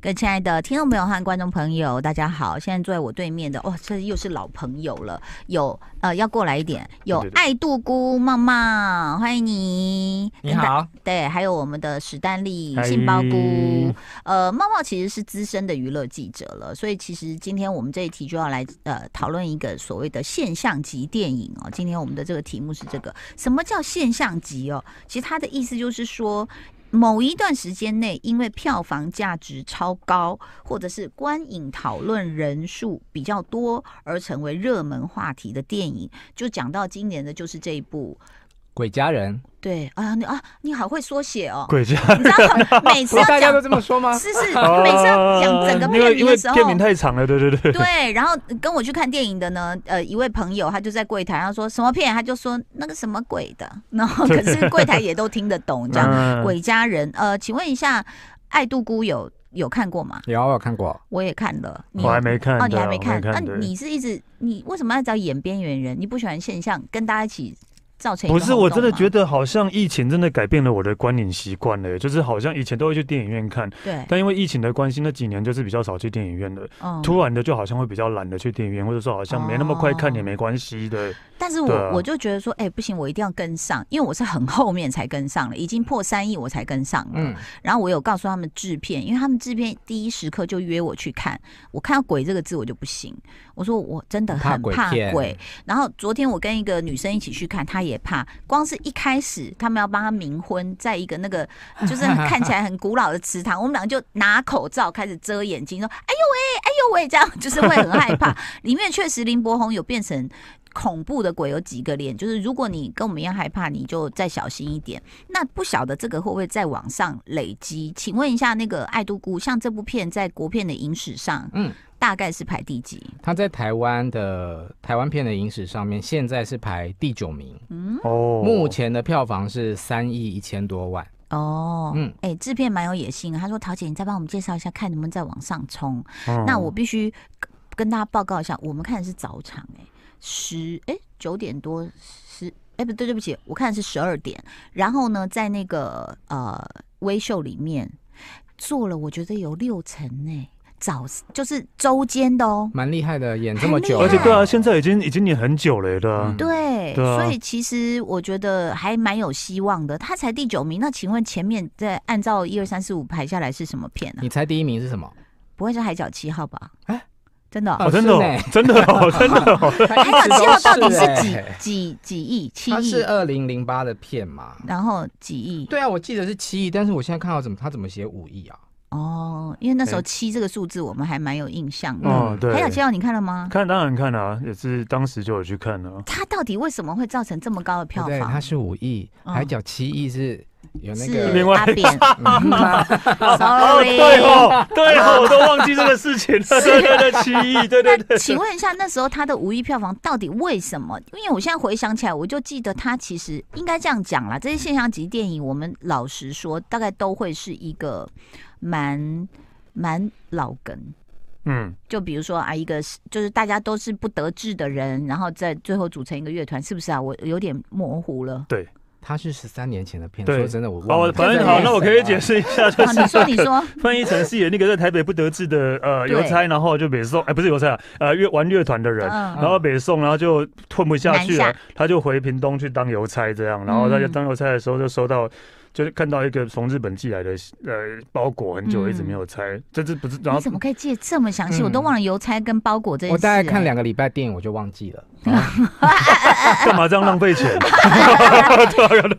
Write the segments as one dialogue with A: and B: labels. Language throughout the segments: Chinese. A: 各位亲爱的听众朋友和观众朋友，大家好！现在坐在我对面的，哇、这又是老朋友了。有呃，要过来一点，有
B: 对对对
A: 爱杜姑茂茂，欢迎你。
C: 你好，
A: 对，还有我们的史丹利、
B: 嗨
A: 杏鲍菇。呃，茂茂其实是资深的娱乐记者了，所以其实今天我们这一题就要来呃讨论一个所谓的现象级电影哦。今天我们的这个题目是这个，什么叫现象级哦？其实它的意思就是说。某一段时间内，因为票房价值超高，或者是观影讨论人数比较多，而成为热门话题的电影，就讲到今年的就是这一部。
C: 鬼家人，
A: 对啊，你啊，你好会缩写哦。
B: 鬼家
A: 你知道每次
C: 不是
A: 要
C: 大家都
A: 讲，
C: 这么说吗？
A: 是是，每次要讲整个
B: 啊哦因为
A: 片
B: 因
A: 名
B: 为
A: 的时候，
B: 片名太长了，对对对，
A: 对，然后跟我去看电影的呢，呃，一位朋友他就在柜台，他说什么片，他就说那个什么鬼的，然后可是柜台也都听得懂，这样
B: 嗯
A: 鬼家人，呃，请问一下，爱杜姑有有看过吗？
C: 有，我有看过，
A: 我也看了，你
B: 我还没看，
A: 哦，你
B: 对啊
A: 还没看，那、
B: 对
A: 你是一直你为什么要找演边缘人？你不喜欢现象，跟大家一起造成一个
B: 不是，我真的觉
A: 得
B: 得好像疫情真的改变了我的观影习惯了耶，就是好像以前都会去电影院看，
A: 对，
B: 但因为疫情的关系，那几年就是比较少去电影院了。
A: 嗯
B: 突然的就好像会比较懒得去电影院，或者说好像没那么快看也没关系的。
A: 但是我、
B: 对啊
A: 我就觉得说，哎、不行，我一定要跟上，因为我是很后面才跟上了，已经破三亿我才跟上了。
C: 嗯，
A: 然后我有告诉他们制片，因为他们制片第一时刻就约我去看，我看到“鬼”这个字我就不行，我说我真的很
C: 怕
A: 怕
C: 鬼片
A: 鬼。然后昨天我跟一个女生一起去看，她也怕，光是一开始他们要帮她冥婚，在一个那 个就是很看起来很古老的祠堂，我们俩就拿口罩开始遮眼睛，说：“哎呦喂，哎呦喂！”这样 就是会很害怕。里面确实林柏宏有变成。恐怖的鬼有几个脸，就是如果你跟我们一样害怕，你就再小心一点。那不晓得这个会不会在网上累积？请问一下，那个爱都姑，像这部片在国片的影史上，嗯
C: 嗯，
A: 大概是排第几？
C: 他在台湾的台湾片的影史上面，现在是排第九名，
A: 嗯
B: 哦，
C: 目前的票房是三亿一千多万。
A: 哦，嗯
C: 嗯，
A: 哎、制片蛮有野心啊。他说：“桃姐，你再帮我们介绍一下，看能不能再往上冲。
B: 嗯
A: 那我必须跟大家报告一下，我们看的是早场、哎，十哎九点多十，哎、不对，对不起，我看的是十二点。然后呢，在那个呃微秀里面做了，我觉得有六成呢、早就是周间的哦，
C: 蛮厉害的，演这么久，
B: 而且对啊，现在已经已经也很久了耶，对啊
C: 嗯。
A: 对，
B: 对啊
A: 所以其实我觉得还蛮有希望的。他才第九名，那请问前面在按照一二三四五排下来是什么片呢、
C: 你猜第一名是什么？
A: 不会是《海角七号》吧？
C: 哎啊
A: 真的哦、
B: 哦，真的哦
C: 是，
B: 真的哦，
C: 嗯
B: 真的哦，
C: 海
A: 海角七号》到底是几几几亿？七
C: 哎它
A: 亿
C: 是？二零零八的片嘛？
A: 然后几亿？
C: 对啊，我记得是七亿，但是我现在看到怎么他怎么写五亿啊？
A: 哦，因为那时候
C: 哎
A: 七这个数字我们还蛮有印象
C: 嗯
A: 的。
B: 哦，对
A: 海。角七号》你看了吗？
B: 看当然看啊，也是当时就有去看啊。
A: 它到底为什么会造成这么高的票
C: 对，
A: 房
C: 它？是五亿，
A: 嗯
C: 海角七亿是有那
A: 是
C: 个
B: 另外
A: 阿扁嗯 ，sorry，
B: 啊对哦，对哦，我都忘记这个事 情了。对对对，七亿，对对
A: 那请问一下，那时候他的五亿票房到底为什么？因为我现在回想起来，我就记得他其实应该这样讲啦，这些现象级电影，我们老实说，大概都会是一个蛮蛮老梗。
B: 嗯，
A: 就比如说啊，一个是就是大家都是不得志的人，然后在最后组成一个乐团，是不是啊？我有点模糊 了。
C: 它是十三年前的片，
B: 对
C: 说真的我
B: 好，
C: 忘
B: 我
C: 了。
B: 反正好，那我可以解释一下，就
A: 啊，
B: 是
A: 你说，你 说，
B: 翻译成是演那个在台北不得志的呃
A: 对
B: 邮差，然后就北宋，哎，不是邮差啊，呃乐玩乐团的人，
A: 嗯，
B: 然后北宋，然后就混不下去
A: 南
B: 了
A: 下，
B: 他就回屏东去当邮差这样。然后他在
A: 嗯
B: 当邮差的时候，就收到，就是看到一个从日本寄来的呃包裹，很久一直没有拆，这这不是，然
A: 你
B: 后
A: 怎么可以记得这么详细？我都
C: 嗯
A: 忘了邮差跟包裹这件
C: 我
A: 事、
C: 大概看
A: 哎
C: 两个礼拜电影我就忘记了。
B: 干嘛这样浪费钱？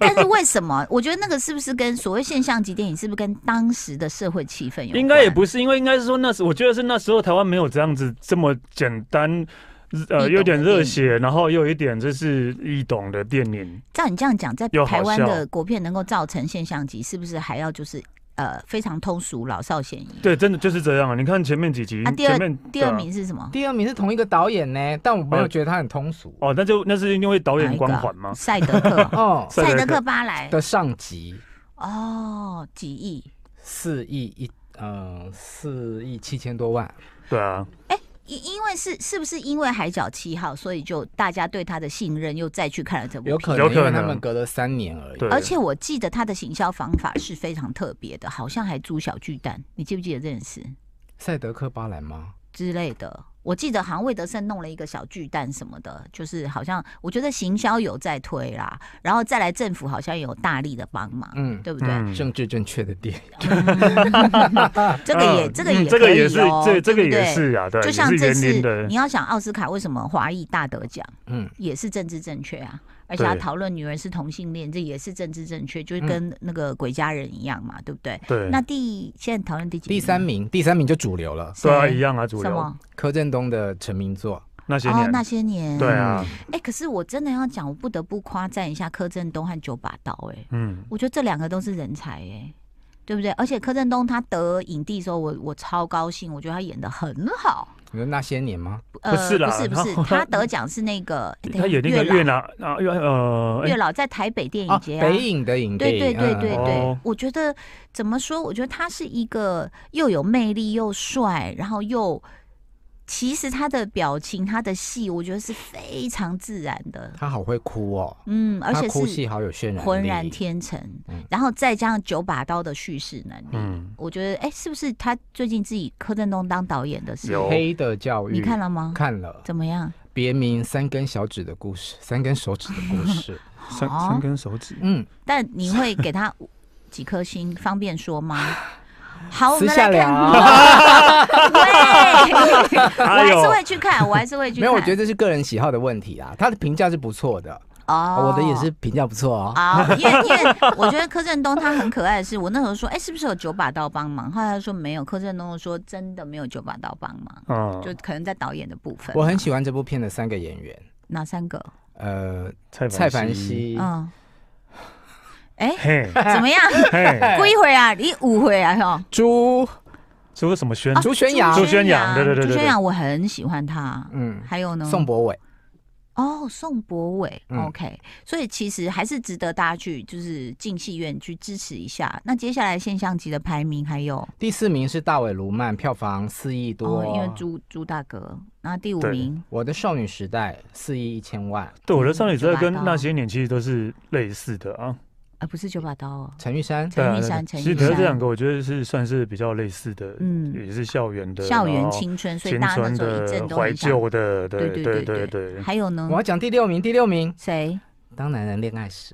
A: 但是为什么？我觉得那个是不是跟所谓现象级电影，是不是跟当时的社会气氛有关？
B: 应该也不是，因为应该是说那时，我觉得是那时候台湾没有这样子这么简单。呃，有点热血，然后又有一点就是易懂的电影，
A: 照你这样讲，在
B: 又好
A: 台湾
B: 笑
A: 的国片能够造成现象级，是不是还要就是呃非常通俗、老少咸宜？
B: 对，真的就是这样啊！你看前面几集，
A: 啊第二
B: 前面
A: 第二
B: 对啊
A: 名是什么？
C: 第二名是同一个导演呢，但我没有觉得他很通俗，
B: 哦，那就那是因为导
A: 哪
B: 演
A: 一
B: 光
A: 个啊
B: 环嘛，
A: 赛德克
C: 哦
B: 赛
A: 赛
B: 德
A: 德
B: 克
A: 克巴莱
C: 的上集
A: 哦，几亿？
C: 四亿一呃四亿七千多万，
B: 对啊，
A: 因因为是是不是因为《海角七号》，所以就大家对他的信任又再去看了这部
C: 有
A: 片？
C: 可
B: 有
C: 能，
B: 可
C: 因为他
B: 能
C: 们隔了三年而已。
B: 对
A: 而且我记得他的行销方法是非常特别的，好像还租小巨蛋，你记不记得这件事
C: 赛德克巴莱吗？
A: 之类的？我记得好像魏德胜弄了一个小巨蛋什么的，就是好像我觉得行销有在推啦，然后再来政府好像也有大力的帮忙，
C: 嗯，
A: 对不对？
B: 嗯，
C: 政治正确的电影，
A: 这个也、
B: 嗯
A: 这个也
B: 这
A: 可
B: 个
A: 以
B: 也是
A: 哦
B: 这这个
A: 对不对
B: 也是啊，对，
A: 就
B: 也
A: 像
B: 是
A: 这
B: 园
A: 次
B: 林的
A: 你要想奥斯卡为什么华裔大得奖，
C: 嗯，
A: 也是政治正确啊，而且他
B: 对嗯
A: 讨论女人是同性恋，这也是政治正确，就是跟那个鬼家人一样嘛，对不对？
B: 对，
A: 那第现在讨论第几名？
C: 第三名，第三名就主流了，
A: 谁
B: 对啊一样啊，主
A: 什
B: 流
A: 么？
C: 柯震东的成名作，
B: 那些
A: 哦，
B: 年
A: 那，些年。
B: 对啊，
A: 哎、可是我真的要讲，我不得不夸赞一下柯震东和九把刀、哎，
B: 嗯，
A: 我觉得这两个都是人才、哎。对不对？而且柯震东他得影帝的时候，我我超高兴，我觉得他演的很好。
C: 你说那些年吗？
A: 呃，
B: 不是啦
A: 不是不是，
B: 他
A: 他得奖是那个哎
B: 他演那个
A: 月老
B: 越南啊，越呃，哎
A: 月老在台北电
C: 啊，
A: 影节啊
C: 北影的影帝，
A: 对对对
C: 嗯
A: 对
B: 嗯
A: 对，
B: 哦
A: 我觉得怎么说？我觉得他是一个又有魅力又帅，然后又其实他的表情、他的戏，我觉得是非常自然的，
C: 他好会哭哦，
A: 嗯，而且
C: 他哭戏
A: 是
C: 好有渲染力，
A: 浑然天成
C: 嗯，
A: 然后再加上九把刀的叙事能力，
B: 嗯，
A: 我觉得哎，是不是他最近自己柯震东当导演的是？
B: 有
C: 黑的教育，
A: 你看了吗？
C: 看了，
A: 怎么样？
C: 别名三根小指的故事，三根手指的 故事，
B: 三
A: 哦
B: 三根手指，
C: 嗯，
A: 但你会给 他几颗星？方便说吗？好，我
C: 私
A: 们
C: 下
A: 来看。
C: 聊。
A: 喂， 我还
B: 哎
A: 是
B: 呦
A: 会去看，我还是会去看。
C: 没有，我觉得这是个人喜好的问题啊。他的评价是不错的，
A: 哦，
C: 啊我的也是。评价不错哦。
A: 啊，因为因为我觉得柯震东他很可爱的是，我那时候说，哎、是不是有九把刀帮忙？后来他说没有，柯震东说真的没有九把刀帮忙，
B: 嗯，
A: 就可能在导演的部分。
C: 哦我很喜欢这部片的三个演员，
A: 哪三个？
C: 呃，
B: 蔡
C: 蔡凡，熙、
A: 嗯，哎、
B: 嘿，
A: 怎么样？
B: 嘿，
A: 过一会儿啊，你误会啊，吼。
C: 朱
B: 这个什么宣
A: 啊？
C: 朱宣阳
B: 朱宣阳对对对对
A: 朱
B: 对
A: 宣阳我很喜欢他。
C: 嗯
A: 还有呢？
C: 宋博伟，
A: 哦，宋博伟、
C: 嗯
A: o k 所以其实还是值得大家去就是进戏院去支持一下。那接下来现象级的排名还有，
C: 第四名是大卫卢曼，票房四亿多
A: 哦，，因为朱朱大哥，然后第五
B: 啊对
A: 名，
C: 我的少女时代四亿一千万，
B: 对，
A: 嗯
B: 我的少女时代跟
A: 九把刀
B: 那些年其实都是类似的啊，
A: 呃，不是九把刀哦，
C: 陈玉珊
B: 对啊
A: 陈玉珊，
B: 对
A: 陈
B: 啊
A: 玉
B: 其实这两
A: 珊，
B: 个我觉得是算是比较类似的，
A: 嗯
B: 也是校园的
A: 校
B: 然
A: 园
B: 后
A: 青春，所以
B: 青
A: 大家那
B: 春
A: 时候一
B: 的
A: 阵都很
B: 怀
A: 想。
B: 旧的，
A: 对
B: 对
A: 对
B: 对
A: 对
B: 对
A: 还有呢
C: 我，要讲第六名，第六名，
A: 谁？
C: 当男人恋爱时，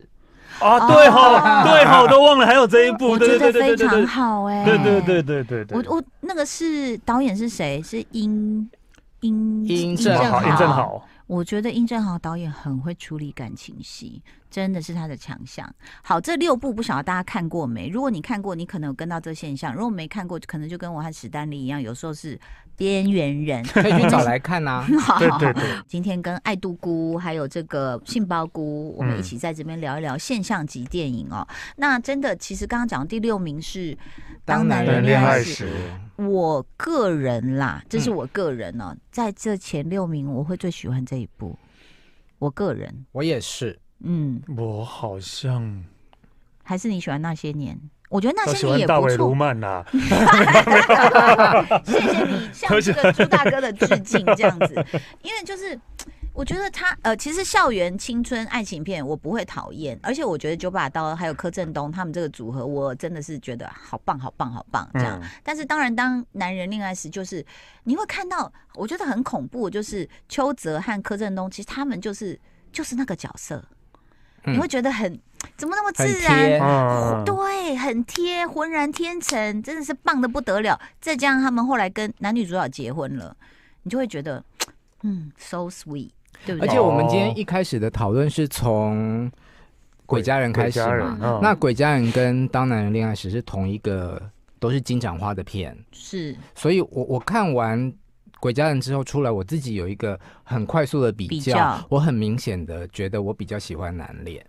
B: 啊，
A: 哦
B: 对吼，对吼，都忘了还有这一部，
A: 我
B: 哦对
A: 觉
B: 对
A: 得非
B: 对对对
A: 常
B: 对，
A: 好哎，
B: 对对对对对对，
A: 我我那个是导演是谁？是殷殷
C: 殷
B: 什
C: 正
B: 么好，
C: 好
B: 尹正好，
A: 我觉得殷正豪导演很会处理感情戏，真的是他的强项。好，这六部不晓得大家看过没？如果你看过，你可能有跟到这现象；如果没看过，可能就跟我和史丹利一样，有时候是边缘人。
C: 可以去找来看啊。
A: 好，
B: 对对对，
A: 今天跟爱杜姑还有这个杏鲍菇，我们
B: 嗯
A: 一起在这边聊一聊现象级电影哦。那真的，其实刚刚讲的第六名是《
C: 当男
B: 人
C: 人
B: 恋
C: 恋
B: 爱
C: 爱
B: 时
C: 时，
A: 我个人啦，这是
C: 嗯
A: 我个人呢、在这前六名，我会最喜欢这一部。我个人，
C: 我也是，
A: 嗯，
B: 我好像
A: 还是你喜欢那些年？我觉得那
B: 都
A: 些
B: 哦喜
A: 年
B: 欢
A: 也
B: 大
A: 不
B: 伟卢
A: 错。
B: 曼啦，
A: 谢谢你 向这个朱大哥的致敬，这样子，因为就是。我觉得他呃，其实校园青春爱情片我不会讨厌，而且我觉得九把刀还有柯震东他们这个组合，我真的是觉得好棒好棒好棒这样。
B: 嗯，
A: 但是当然，当男人恋爱时，就是你会看到，我觉得很恐怖，就是邱泽和柯震东，其实他们就是就是那个角色，
C: 嗯
A: 你会觉得很怎么那么
C: 很
A: 自然
C: 贴，
B: 嗯
A: 哦对，很贴，浑然天成，真的是棒的不得了。再加上他们后来跟男女主角结婚了，你就会觉得，嗯，so sweet，对不
C: 而
A: 对？
C: 且我
B: 哦
C: 们今天一开始的讨论是从《鬼家人》开始
B: 鬼家
C: 嘛
B: 人，嗯
C: 那《鬼家人》跟《当男人恋爱时》是同一个，都是金盏花的片，
A: 是
C: 所以我我看完《鬼家人》之后出来，我自己有一个很快速的比较，
A: 比较
C: 我很明显的觉得我比较喜欢男恋，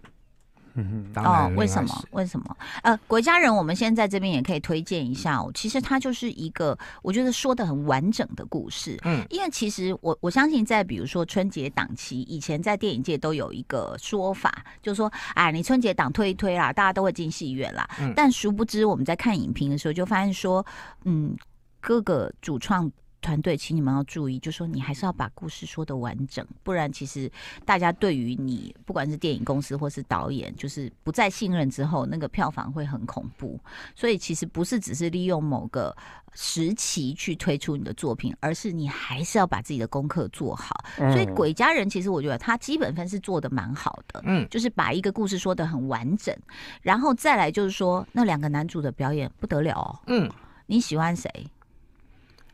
B: 嗯
C: 当男
A: 哦
C: 人，
A: 为
C: 恋
A: 什
C: 爱
A: 么
C: 时？
A: 为什么？呃，国家人，我们现在这边也可以推荐一下哦。其实它就是一个，我觉得说的很完整的故事。
C: 嗯
A: 因为其实我我相信，在比如说春节档期，以前在电影界都有一个说法，就是说啊，你春节档推一推啦，大家都会进戏院啦。
C: 嗯
A: 但殊不知，我们在看影评的时候就发现说，嗯，各个主创团队，请你们要注意，就说你还是要把故事说的完整，不然其实大家对于你不管是电影公司或是导演，就是不再信任之后，那个票房会很恐怖。所以其实不是只是利用某个时期去推出你的作品，而是你还是要把自己的功课做好。所以《鬼家人》其实我觉得他基本分是做的蛮好的，
C: 嗯，
A: 就是把一个故事说的很完整，然后再来就是说那两个男主的表演不得了哦。
C: 嗯，
A: 你喜欢谁？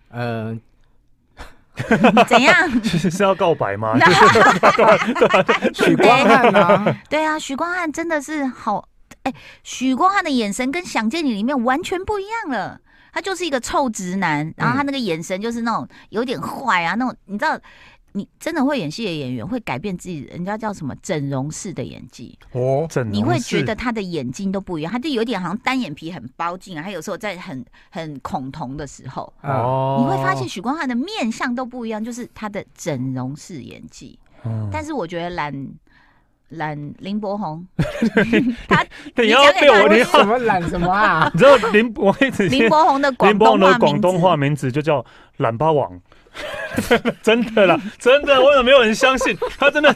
C: 呃，
A: 怎样？
B: 其嗯 实是要告白吗？呃
C: 许光汉 啊，
A: 对啊，许光汉真的是好，哎、许光汉的眼神跟《想见你》里面完全不一样了。他就是一个臭直男，然后他那个眼神就是那种有点坏啊，那种你知道，你真的会演戏的演员会改变自己，人家叫什么整容式的演技，
C: 哦，
B: 整容
A: 你会觉
B: 是
A: 得他的眼睛都不一样，他就有点好像单眼皮很包进来，他有时候在很很恐同的时候，
C: 哦，
B: 哦
A: 你会发现许光汉的面相都不一样，就是他的整容式演技。
B: 嗯
A: 但是我觉得懒懒林柏宏，他
B: 等一下
A: 你讲给
B: 被
A: 大
B: 我
A: 家
B: 你
A: 听
B: 好
C: 什么懒什么啊？
B: 你知道林， 我一直
A: 林柏宏的
B: 林
A: 广
B: 波
A: 东话
B: 的
A: 名
B: 广东
A: 字
B: 话名字就叫懒巴王。 真的啦，真的，为什么没有人 相信他？真的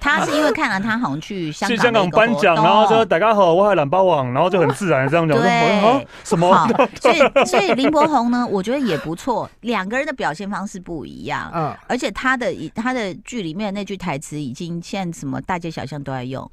A: 他是因为看了他好像去香
B: 去
A: 港哦
B: 香
A: 的
B: 港
A: 一个
B: 颁
A: 活
B: 奖，然后
A: 动
B: 说大家好，我是懒巴王，然后就很自然地这样讲，我说
A: 对
B: 啊什么
A: 好？所以所以林柏宏呢，我觉得也不错，两个人的表现方式不一样。
C: 嗯，
A: 而且他的他的剧里面那句台词已经现在什么大街小巷都在用，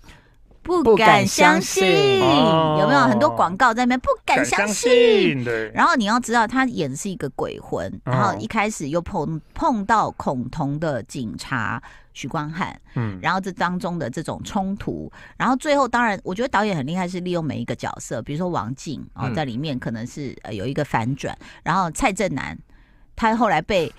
A: 不
C: 不敢
A: 敢相
C: 相信
B: 哦
A: 有没有很多广告在那边不敢相信？，
B: 对，
A: 然后你要知道，他演的是一个鬼魂，
B: 哦
A: 然后一开始又碰碰到恐同的警察许光汉，
B: 嗯，
A: 然后这当中的这种冲突，然后最后当然，我觉得导演很厉害，是利用每一个角色，比如说王静哦，
C: 嗯
A: 在里面可能是、呃、有一个反转，然后蔡正南。他后来 被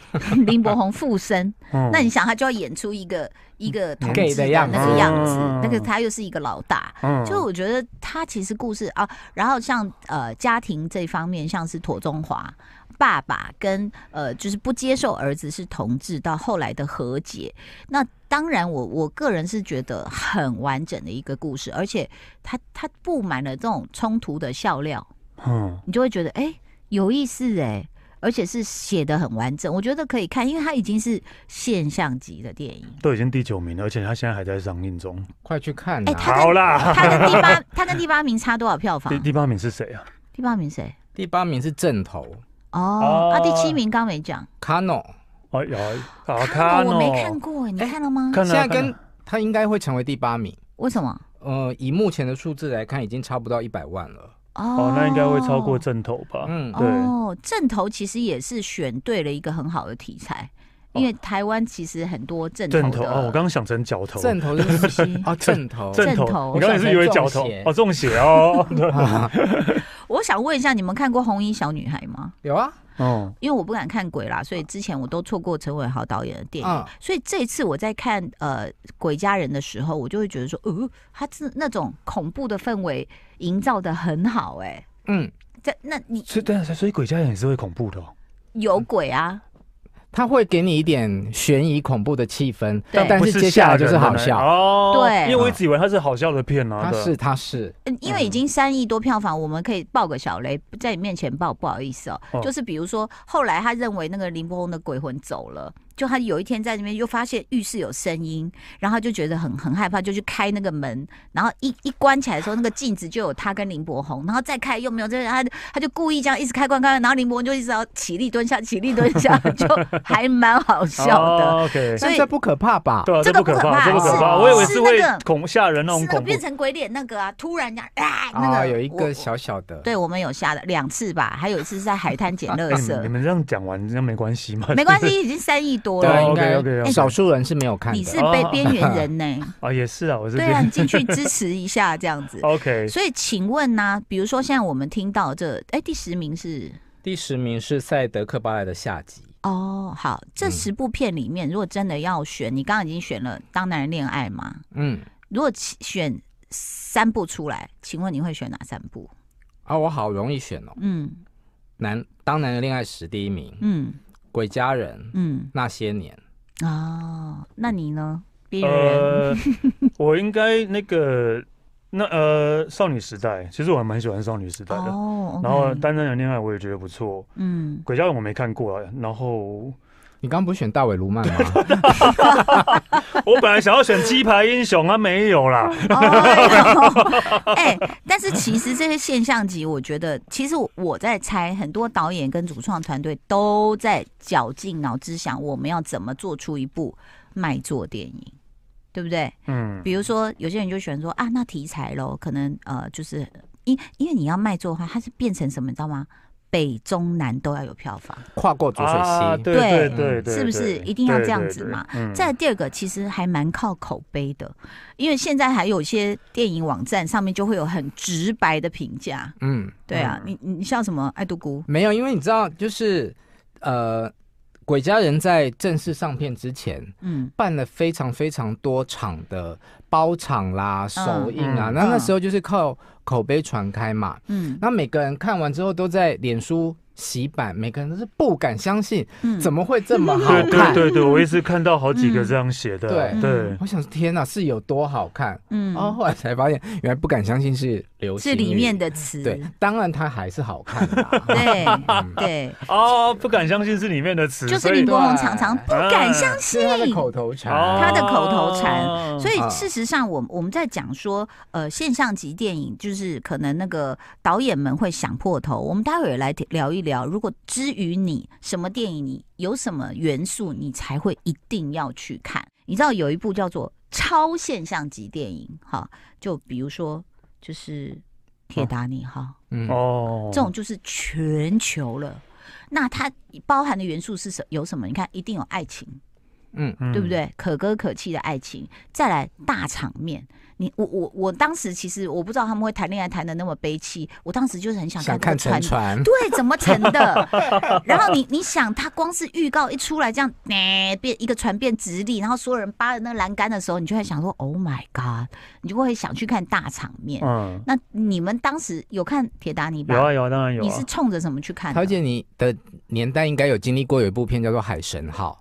A: 林柏宏附身，
B: 嗯
A: 那你想，他就要演出一个一个同
C: 哦嗯 gay
A: 志
C: 的样哦
A: 那个
B: 子
A: 样子
B: 嗯，
A: 那个他又是一个老大，
B: 嗯
A: 就我觉得他其实故事啊，然后像呃家庭这方面，像是妥中华爸爸跟呃就是不接受儿子是同志，到后来的和解。那当然我，我个人是觉得很完整的一个故事，而且它它布满了这种冲突的笑料，
B: 嗯
A: 你就会觉得哎、有意思哎、而且是写的很完整，我觉得可以看，因为它已经是现象级的电影。
B: 都已经第九名了，而且他现在还在上映中。
C: 快去看
A: 哎、
C: 啊！
A: 他
B: 好
A: 跟
B: 啦，
A: 他跟第八，他跟第八名差多少票房
B: 第？第八名是谁啊？
A: 第八名谁？
C: 第八名是正头
A: 哦，啊，
B: 哦
A: 第七名刚没讲，
C: 卡诺，
B: 哦，有
A: 看
B: 啊，看
A: 过我
B: 哦，
A: 没看过，你看了吗？
B: 看了啊
C: 现在
B: 看了
C: 跟他应该会成为第八名。
A: 为什么？
C: 呃，以目前的数字来看，已经差不到一百万了。
A: 哦
B: 哦，那应该会超过正头吧？
C: 嗯，
B: 对
A: 哦，正头其实也是选对了一个很好的题材，因为台湾其实很多正头
B: 哦正
A: 的
B: 头哦，我刚刚想成脚头，
C: 正头是
A: 东 西
C: 哦，正头，
B: 正
A: 正头
B: 头，你刚才是以为脚头
C: 我想成中邪
B: 哦，中邪哦，
A: 我想问一下，你们看过《红衣小女孩》吗？
C: 有啊，
B: 哦，
A: 因为我不敢看鬼
B: 啊
A: 啦，所以之前我都错过陈伟豪导演的电影。
C: 嗯，
A: 所以这次我在看呃《鬼家人》的时候，我就会觉得说，呃，他是那种恐怖的氛围营造的很好、哎，
C: 嗯，
A: 在那你
B: 所以但是所以鬼家人也是会恐怖的哦，
A: 有鬼啊？
C: 它会给你一点悬疑恐怖的气氛，
A: 对
C: 但
B: 不
C: 是接下来就是
B: 吓
C: 好
B: 人的
C: 笑。
B: 哦，
A: 对
B: 因为我一直以为它是好笑的片
A: 哦
B: 啊，
C: 它
B: 对
C: 是它是
A: 嗯因为已经三亿多票房，我们可以爆个小雷，在你面前爆，不好意思哦。
B: 哦
A: 就是比如说，后来他认为那个林柏宏的鬼魂走了，就他有一天在那边就发现浴室有声音，然后他就觉得很很害怕，就去开那个门，然后一一关起来的时候，那个镜子就有他跟林柏宏，然后再开又没有，这他他就故意这样一直开关开关，然后林柏宏就一直要起立蹲下，起立蹲下， 就还蛮好笑的。
B: 哦，OK，
A: 所以
C: 但这不可怕吧？
B: 对啊，
A: 这
B: 这
A: 个
B: 不可
A: 不可
B: 怕，
A: 怕
B: 这不可怕，
C: 是
B: 我以为
A: 是
B: 是
A: 那
B: 会
A: 个
B: 恐吓人那
A: 是
B: 种
A: 那个
B: 恐怖
A: 变，成鬼脸那个啊，突然这样啊，那
C: 啊，
A: 个
C: 有一个
A: 我
C: 小小的，
A: 对，我们有下的两次吧，还有一次是在海滩捡垃
B: 哎你们你
A: 圾，
B: 们这样讲完，这样没关系吗？
A: 没关系，已经三亿多
B: 哦
C: 对啊，
A: 了
C: 应。
B: OK，OK，OK
C: 该少数人是没有看
A: 你
C: 的
A: 是。被边缘人呢、
B: 啊，也是啊，我是
A: 对
B: 觉
A: 啊，
B: 得
A: 你进去支持一下这 样子。
B: OK，
A: 所以，请问呢、比如说现在我们听到这，哎、第十名是
C: 第十名是赛德克巴莱的下集，
A: 哦，好，
B: 嗯
A: 这十部片里面，如果真的要选，你刚刚已经选了《当男人恋爱》嘛，
C: 嗯，
A: 如果起选三部出来，请问你会选哪三部？
C: 啊，我好容易选哦，
A: 嗯
C: 男当男人恋爱时第一名，
A: 嗯
C: 鬼家人
A: 嗯，
C: 那些年，
A: 哦，那你呢？边缘人、
B: 呃，我应该那个那呃，少女时代，其实我还蛮喜欢少女时代的。
A: 哦，OK，
B: 呃然后单身的恋爱我也觉得不错，
A: 嗯，
B: 鬼家人我没看过啊。然后
C: 你刚不是选大尾卢曼 吗？
B: 我本来想要选鸡排英雄啊，没有 啦。
A: 哦哎呦哎、但是其实这些现象级，我觉得其实我在猜，很多导演跟主创团队都在绞尽脑汁想，我们要怎么做出一部卖座电影，对不对？
B: 嗯，
A: 比如说，有些人就喜欢说啊，那题材咯，可能呃，就是因因为你要卖座的话，它是变成什么，你知道吗？北中南都要有票房。
C: 跨过浊水
B: 啊
C: 溪，
B: 对对对对，
A: 是不是
B: 对
A: 一定要
B: 对
A: 这样
B: 对
A: 子
B: 对
A: 嘛
B: 嗯
A: 再第二个，其实还蛮靠口碑的，因为现在还有一些电影网站上面就会有很直白的评价。
C: 嗯，
A: 对啊，你你你像什么爱独孤？
C: 没有，因为你知道，就是呃，鬼家人在正式上片之前，
A: 嗯，
C: 办了非常非常多场的包场啦、首映啊，
B: 嗯
C: 那那
A: 嗯
C: 时候就是靠口碑传开嘛。
A: 嗯
C: 那每个人看完之后都在脸书洗版，每个人都是不敢相信，
A: 嗯
C: 怎么会这 么好
B: 对对
C: 看？
B: 对对，我也是看到好几个
A: 嗯
B: 这样写的啊。
C: 对
B: 对，
C: 我想说天哪，是有多好看？
A: 嗯
C: 然后后来才发现，原来不敢相信哦是流星
A: 是
C: 雨
A: 里面的词。。
C: 对，当然它还是好看啦
A: 对对
B: 哦，不敢相信是里面的词，
A: 就是
B: 所以
A: 林柏宏常常不敢相信
C: 啊是他的口头禅，
B: 哦
A: 他的口头禅所以
C: 啊
A: 事实上，我们我们在讲说，呃，现象级电影就是可能那个导演们会想破头。我们待会儿来聊一聊，如果之于你什么电影，你有什么元素，你才会一定要去看。你知道有一部叫做超现象级电影，哈，就比如说就是《铁达尼号》
C: 嗯，
B: 哦，
A: 这种就是全球了。那它包含的元素是什有什么？你看，一定有爱情。
C: 嗯，
B: 嗯
A: 对不？对？可歌可泣的爱情，再来大场面。你我我我当时其实我不知道他们会谈恋爱谈的那么悲戚，我当时就是很想看
C: 想
A: 那个
C: 看
A: 船
C: 沉。船，
A: 对，怎么沉的？ 然后你你想，他光是预告一出来，这样，呃变一个船变直立，然后所有人扒着那个栏杆的时候，你就会想说，Oh my god！你就会想去看大场
C: 哦
A: 面。
B: 嗯，
A: 那你们当时有看《铁达尼》吧？
B: 有啊有啊，当然有啊。？
A: 你是冲着什么去看的？
C: 桃姐，你的年代应该有经历过有一部片叫做《海神号》，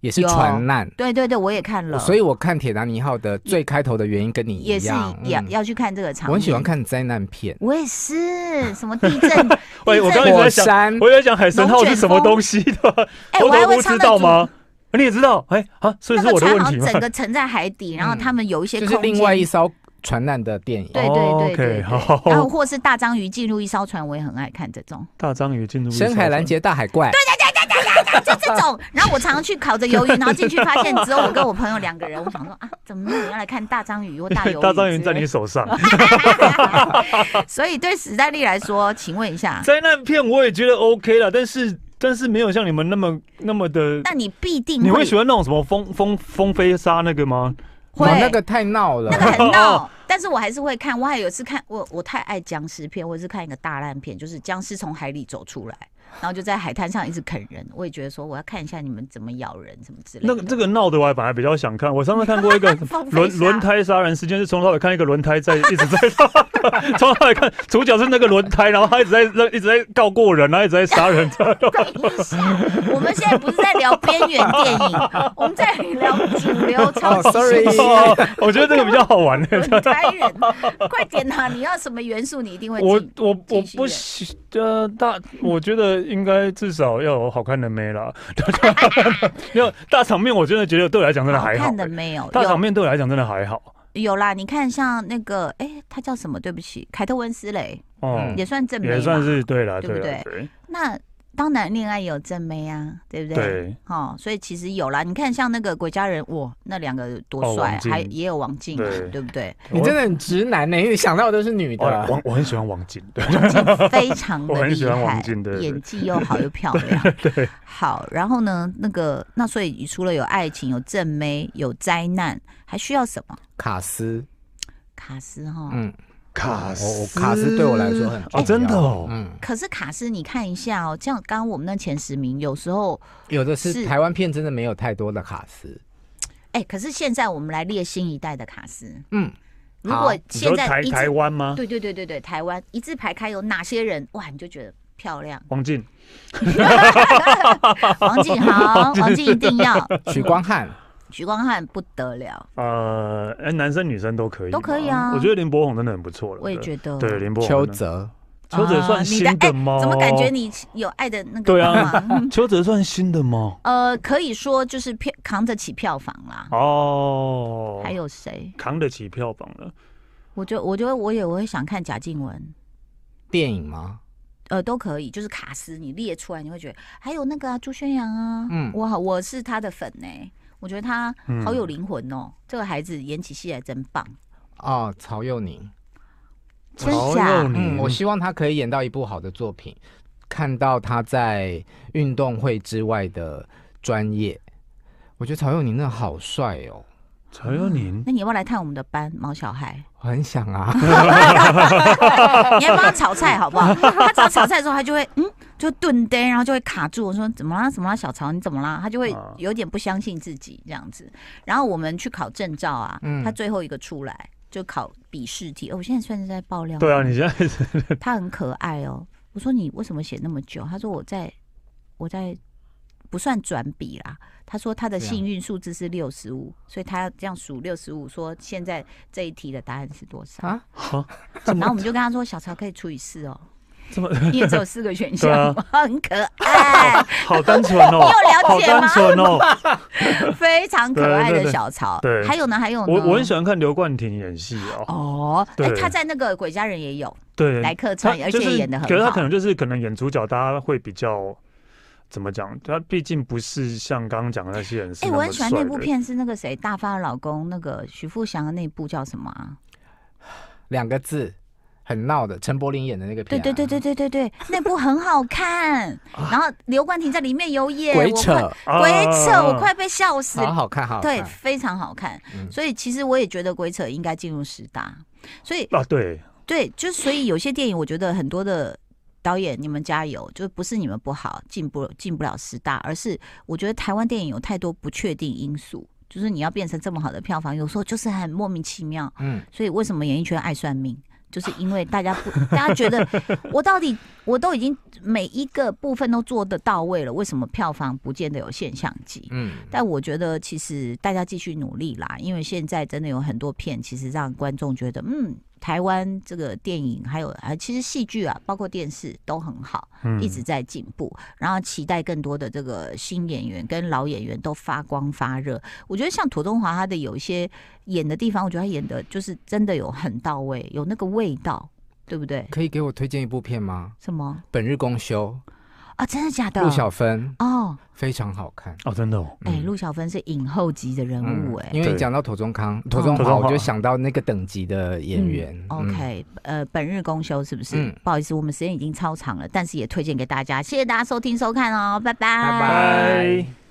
C: 也是
A: 有
C: 船难，
A: 对对对，我也看了，
C: 所以我看《铁达尼号》的最开头的原因跟你
A: 也
C: 一
A: 是
C: 样，
A: 要、
C: 嗯
A: 要去看这个场面。
C: 我很喜欢看灾难片，
A: 我也是，什么地震
B: 喂我
A: 地震
B: 刚才一直
C: 火
B: 在想
A: 嗯
C: 山，
B: 我以为讲海神号是什么东西的，
A: 哎、
B: 头
A: 我还
B: 头
A: 会
B: 不
A: 唱
B: 知
A: 那
B: 道
A: 主
B: 吗？你也知道，哎啊，所以
A: 那
B: 是
A: 个
B: 我的
A: 船
B: 问
A: 好
B: 题
A: 像
B: 吗嗯
A: 整？个沉在海底，然后他们有一些
C: 就
A: 空
C: 是
A: 间。
C: 另外一艘船难的电影。
A: 对
B: 哦
A: 对对
B: OK，
A: 对对
B: 好
A: 然后或是大章鱼进入一艘船，我也很爱看这种，
B: 大章鱼进入
C: 深海拦截大海怪，
A: 就这种。然后我常常去烤着鱿鱼，然后进去发现只有我跟我朋友两个人，我想说啊，怎么你要来看大章鱼或大鱿鱼之类的？
B: 大章鱼在 你手上。
A: 所以对史黛丽来说，请问一下，
B: 灾难片我也觉得 OK 了，但是但是没有像你们那么那么的。
A: 那你必定
B: 你会喜欢那种什么风风风飞沙那个吗？
A: 会
C: 哇那个太闹了
A: 那。个很
B: 哦
A: 闹，但是我还是会看。我还有一次看我我太爱僵尸片，我是看一个大烂片，就是僵尸从海里走出来，然后就在海滩上一直啃人。我也觉得说我要看一下你们怎么咬人什么之类
B: 那
A: 的。
B: 个这个闹的我还反而比较想看。我上次看过 一个
A: 放飞
B: 轮
A: 沙
B: 轮胎杀人事件，是从头到尾看一个轮胎在一直在杀， 从头到尾看主角是那个轮胎，然后他一直在一直在告过人，然后一直在杀人。
A: 等一下， 我们现在不是在聊边缘电 影，我们在聊主流超级
C: 哦，sorry
A: 新
B: 哦 我觉得这个比较 好玩。
A: 轮胎人。快点啊！你要什么元素，你一定会
B: 我
A: 进。
B: 我我
A: 继续
B: 不喜呃大，我觉得应该至少要有好看的妹啦。 没有大场面，我真的觉得对我来讲真的还好、欸
A: 看的没有？
B: 大场
A: 有
B: 面对我来讲真的还好
A: 有啦，你看像那个，哎、他叫什么？对不起，凯特温斯雷
B: 哦，
C: 嗯
A: 也算正美吧，
B: 也算是对啦，
A: 对不
B: 对啦
A: 那当然，恋爱也有正妹啊，对不
B: 对
A: 对？
B: 对，
A: 哦，所以其实有啦。你看，像那个鬼家人，哇，那两个多
B: 哦
A: 帅
B: 王
A: 啊，
B: 静
A: 还也有王静啊，
B: 对
A: 对不对？
C: 你真的很直男呢，因为想到的都是女
B: 我
C: 的。
B: 我我很喜欢哦王晶，对，
A: 王静非常
B: 我
A: 的
B: 很
A: 厉
B: 喜欢
A: 害
B: 王静对，对
A: 演技又好又漂亮。
B: 对
A: 好，然后呢，那个那所以除了有爱情、有正妹、有灾难，还需要什么？
C: 卡斯，
A: 卡斯哈、
C: 嗯，
B: 卡
C: 我我卡斯对我来说很重
B: 哦，
C: 要
B: 真的哦，
C: 嗯，
A: 可是卡斯，你看一下哦，像刚刚我们那前十名，有时候
C: 有的是
A: 是
C: 台湾片真的没有太多的卡斯，
A: 哎，可是现在我们来列新一代的卡斯。
C: 嗯，
A: 如果
C: 好
B: 你
A: 现
B: 说
A: 在
B: 台
A: 一直
B: 台湾吗？。
A: 对对对对对，台湾一字排开有哪些人？哇，你就觉得漂亮
B: 王晶，
A: 王静好，王静一定要。
C: 许光汉，
A: 许光汉不得了，
B: 呃，哎，男生女生都可以吗，
A: 都可以啊
B: 我觉得林柏宏真的很不错了，
A: 我也觉得。
B: 对林柏宏
C: 邱
B: 真的，
C: 泽，
B: 邱泽
A: 啊
B: 算
A: 你的
B: 新的吗？
A: 哎怎么感觉你有爱的那个？
B: 对啊， 邱泽算新的吗？
A: 呃，可以说就是票扛得起票房啦。
B: 哦，
A: 还有谁？
B: 扛得起票房了，
A: 我就我觉得我也我会想看贾静雯，
C: 电影吗？
A: 呃，都可以，就是卡斯你列出来，你会觉得还有那个啊，朱宣阳啊，
C: 嗯
A: 我好我是他的粉呢、我觉得他
B: 嗯
A: 好有灵魂哦、这个孩子演起戏来真棒，
C: 哦，曹佑宁，
A: 真
B: 曹
A: 假
B: 佑？
C: 嗯，
B: 宁
C: 我希望他可以演到一部好的作品，看到他在运动会之外的专业。我觉得曹佑宁真的好帅哦，
B: 曹佑宁，
A: 那你要不要来探我们的班毛小 孩？
C: 我很想 啊，
A: 你要帮他炒菜好不好？他只要炒菜的时候，他就会嗯，就顿呆，然后就会卡住。我说怎么啦？怎么啦？小曹你怎么啦？他就会
B: 啊
A: 有点不相信自己这样子。然后我们去考证照啊，
C: 嗯
A: 他最后一个出来就考笔试题。哦，我现在算是在爆料。
B: 对啊，你现在是
A: 他很可爱哦。我说你为什么写那么久？他说我在我在不算转笔啦。他说他的
C: 对啊
A: 幸运数字是六十五，所以他要这样数六十五，说现在这一题的答案是多少？
C: 啊，
A: 然后我们就跟他说，小曹可以除以四哦，
B: 这么
A: 因为只有四个选
B: 对
A: 项
B: 啊，
A: 很可爱，
B: 好单纯 哦，
A: 又了
B: 好
A: 解
B: 单
A: 吗？
B: 纯哦。
A: 非常可爱
B: 对对
A: 的
B: 对
A: 小曹。
B: 对
A: 还有呢，还有呢，
B: 我我很喜欢看刘冠廷演戏哦，
A: 哦，哎，
B: 对
A: 他在那个《鬼家人》也有
B: 对，
A: 来客
B: 他
A: 串，而
B: 就是
A: 且演的
B: 可
A: 很
B: 是他
A: 好。
B: 可能就是可能演主角，大家会比较怎么讲？他毕竟不是像刚刚讲的那些人是
A: 哎、
B: 那
A: 我
B: 么
A: 很喜欢
B: 帅
A: 那部
B: 的
A: 片，是那个谁大发的老公，那个许富祥的那部叫什么啊？
C: 两个字，很闹的，陈柏霖演的那个
A: 对
C: 片、啊，
A: 对对对对对对，那部很好 看。然后刘冠廷在里面有演，
C: 啊鬼
A: 我
C: 扯，
A: 快
B: 啊
A: 鬼扯，我快被笑死
C: 好好看，好好看，
A: 对，非常好看。
C: 嗯
A: 所以其实我也觉得鬼扯应该进入十大。所以
B: 啊，对，
A: 对，就所以有些电影，我觉得很多的导演，你们加油，就不是你们不好，进不进不了十大，而是我觉得台湾电影有太多不确定因素，就是你要变成这么好的票房，有时候就是很莫名其妙。
C: 嗯，
A: 所以为什么演艺圈爱算命？就是因为大家不， 大家觉得我到底我都已经每一个部分都做得到位了，为什么票房不见得有现象级？
C: 嗯，
A: 但我觉得其实大家继续努力啦，因为现在真的有很多片，其实让观众觉得，嗯，台湾这个电影还有啊，其实戏剧啊，包括电视都很好，
B: 嗯
A: 一直在进步。然后期待更多的这个新演员跟老演员都发光发热。我觉得像涂东华他的有一些演的地方，我觉得他演的就是真的有很到位，有那个味道，对不对？
C: 可以给我推荐一部片吗？
A: 什么
C: 《本日公休
A: 啊？真的假》，的
C: 陆？小芬
A: 哦，
C: 非常好看。
B: 哦，真的哦，
A: 哎、
C: 嗯
A: 陆小芬是影后级的人物、嗯哎、
C: 因为你
B: 对
C: 讲到庹宗康、庹宗
B: 庹
C: 华，
B: 宗
C: 我
B: 华
C: 就想到那个等级的演员。嗯
A: OK，呃，本日公休是不是？
C: 嗯
A: 不好意思，我们时间已经超长了，但是也推荐给大家，谢谢大家收听收看哦，拜拜
C: 拜拜。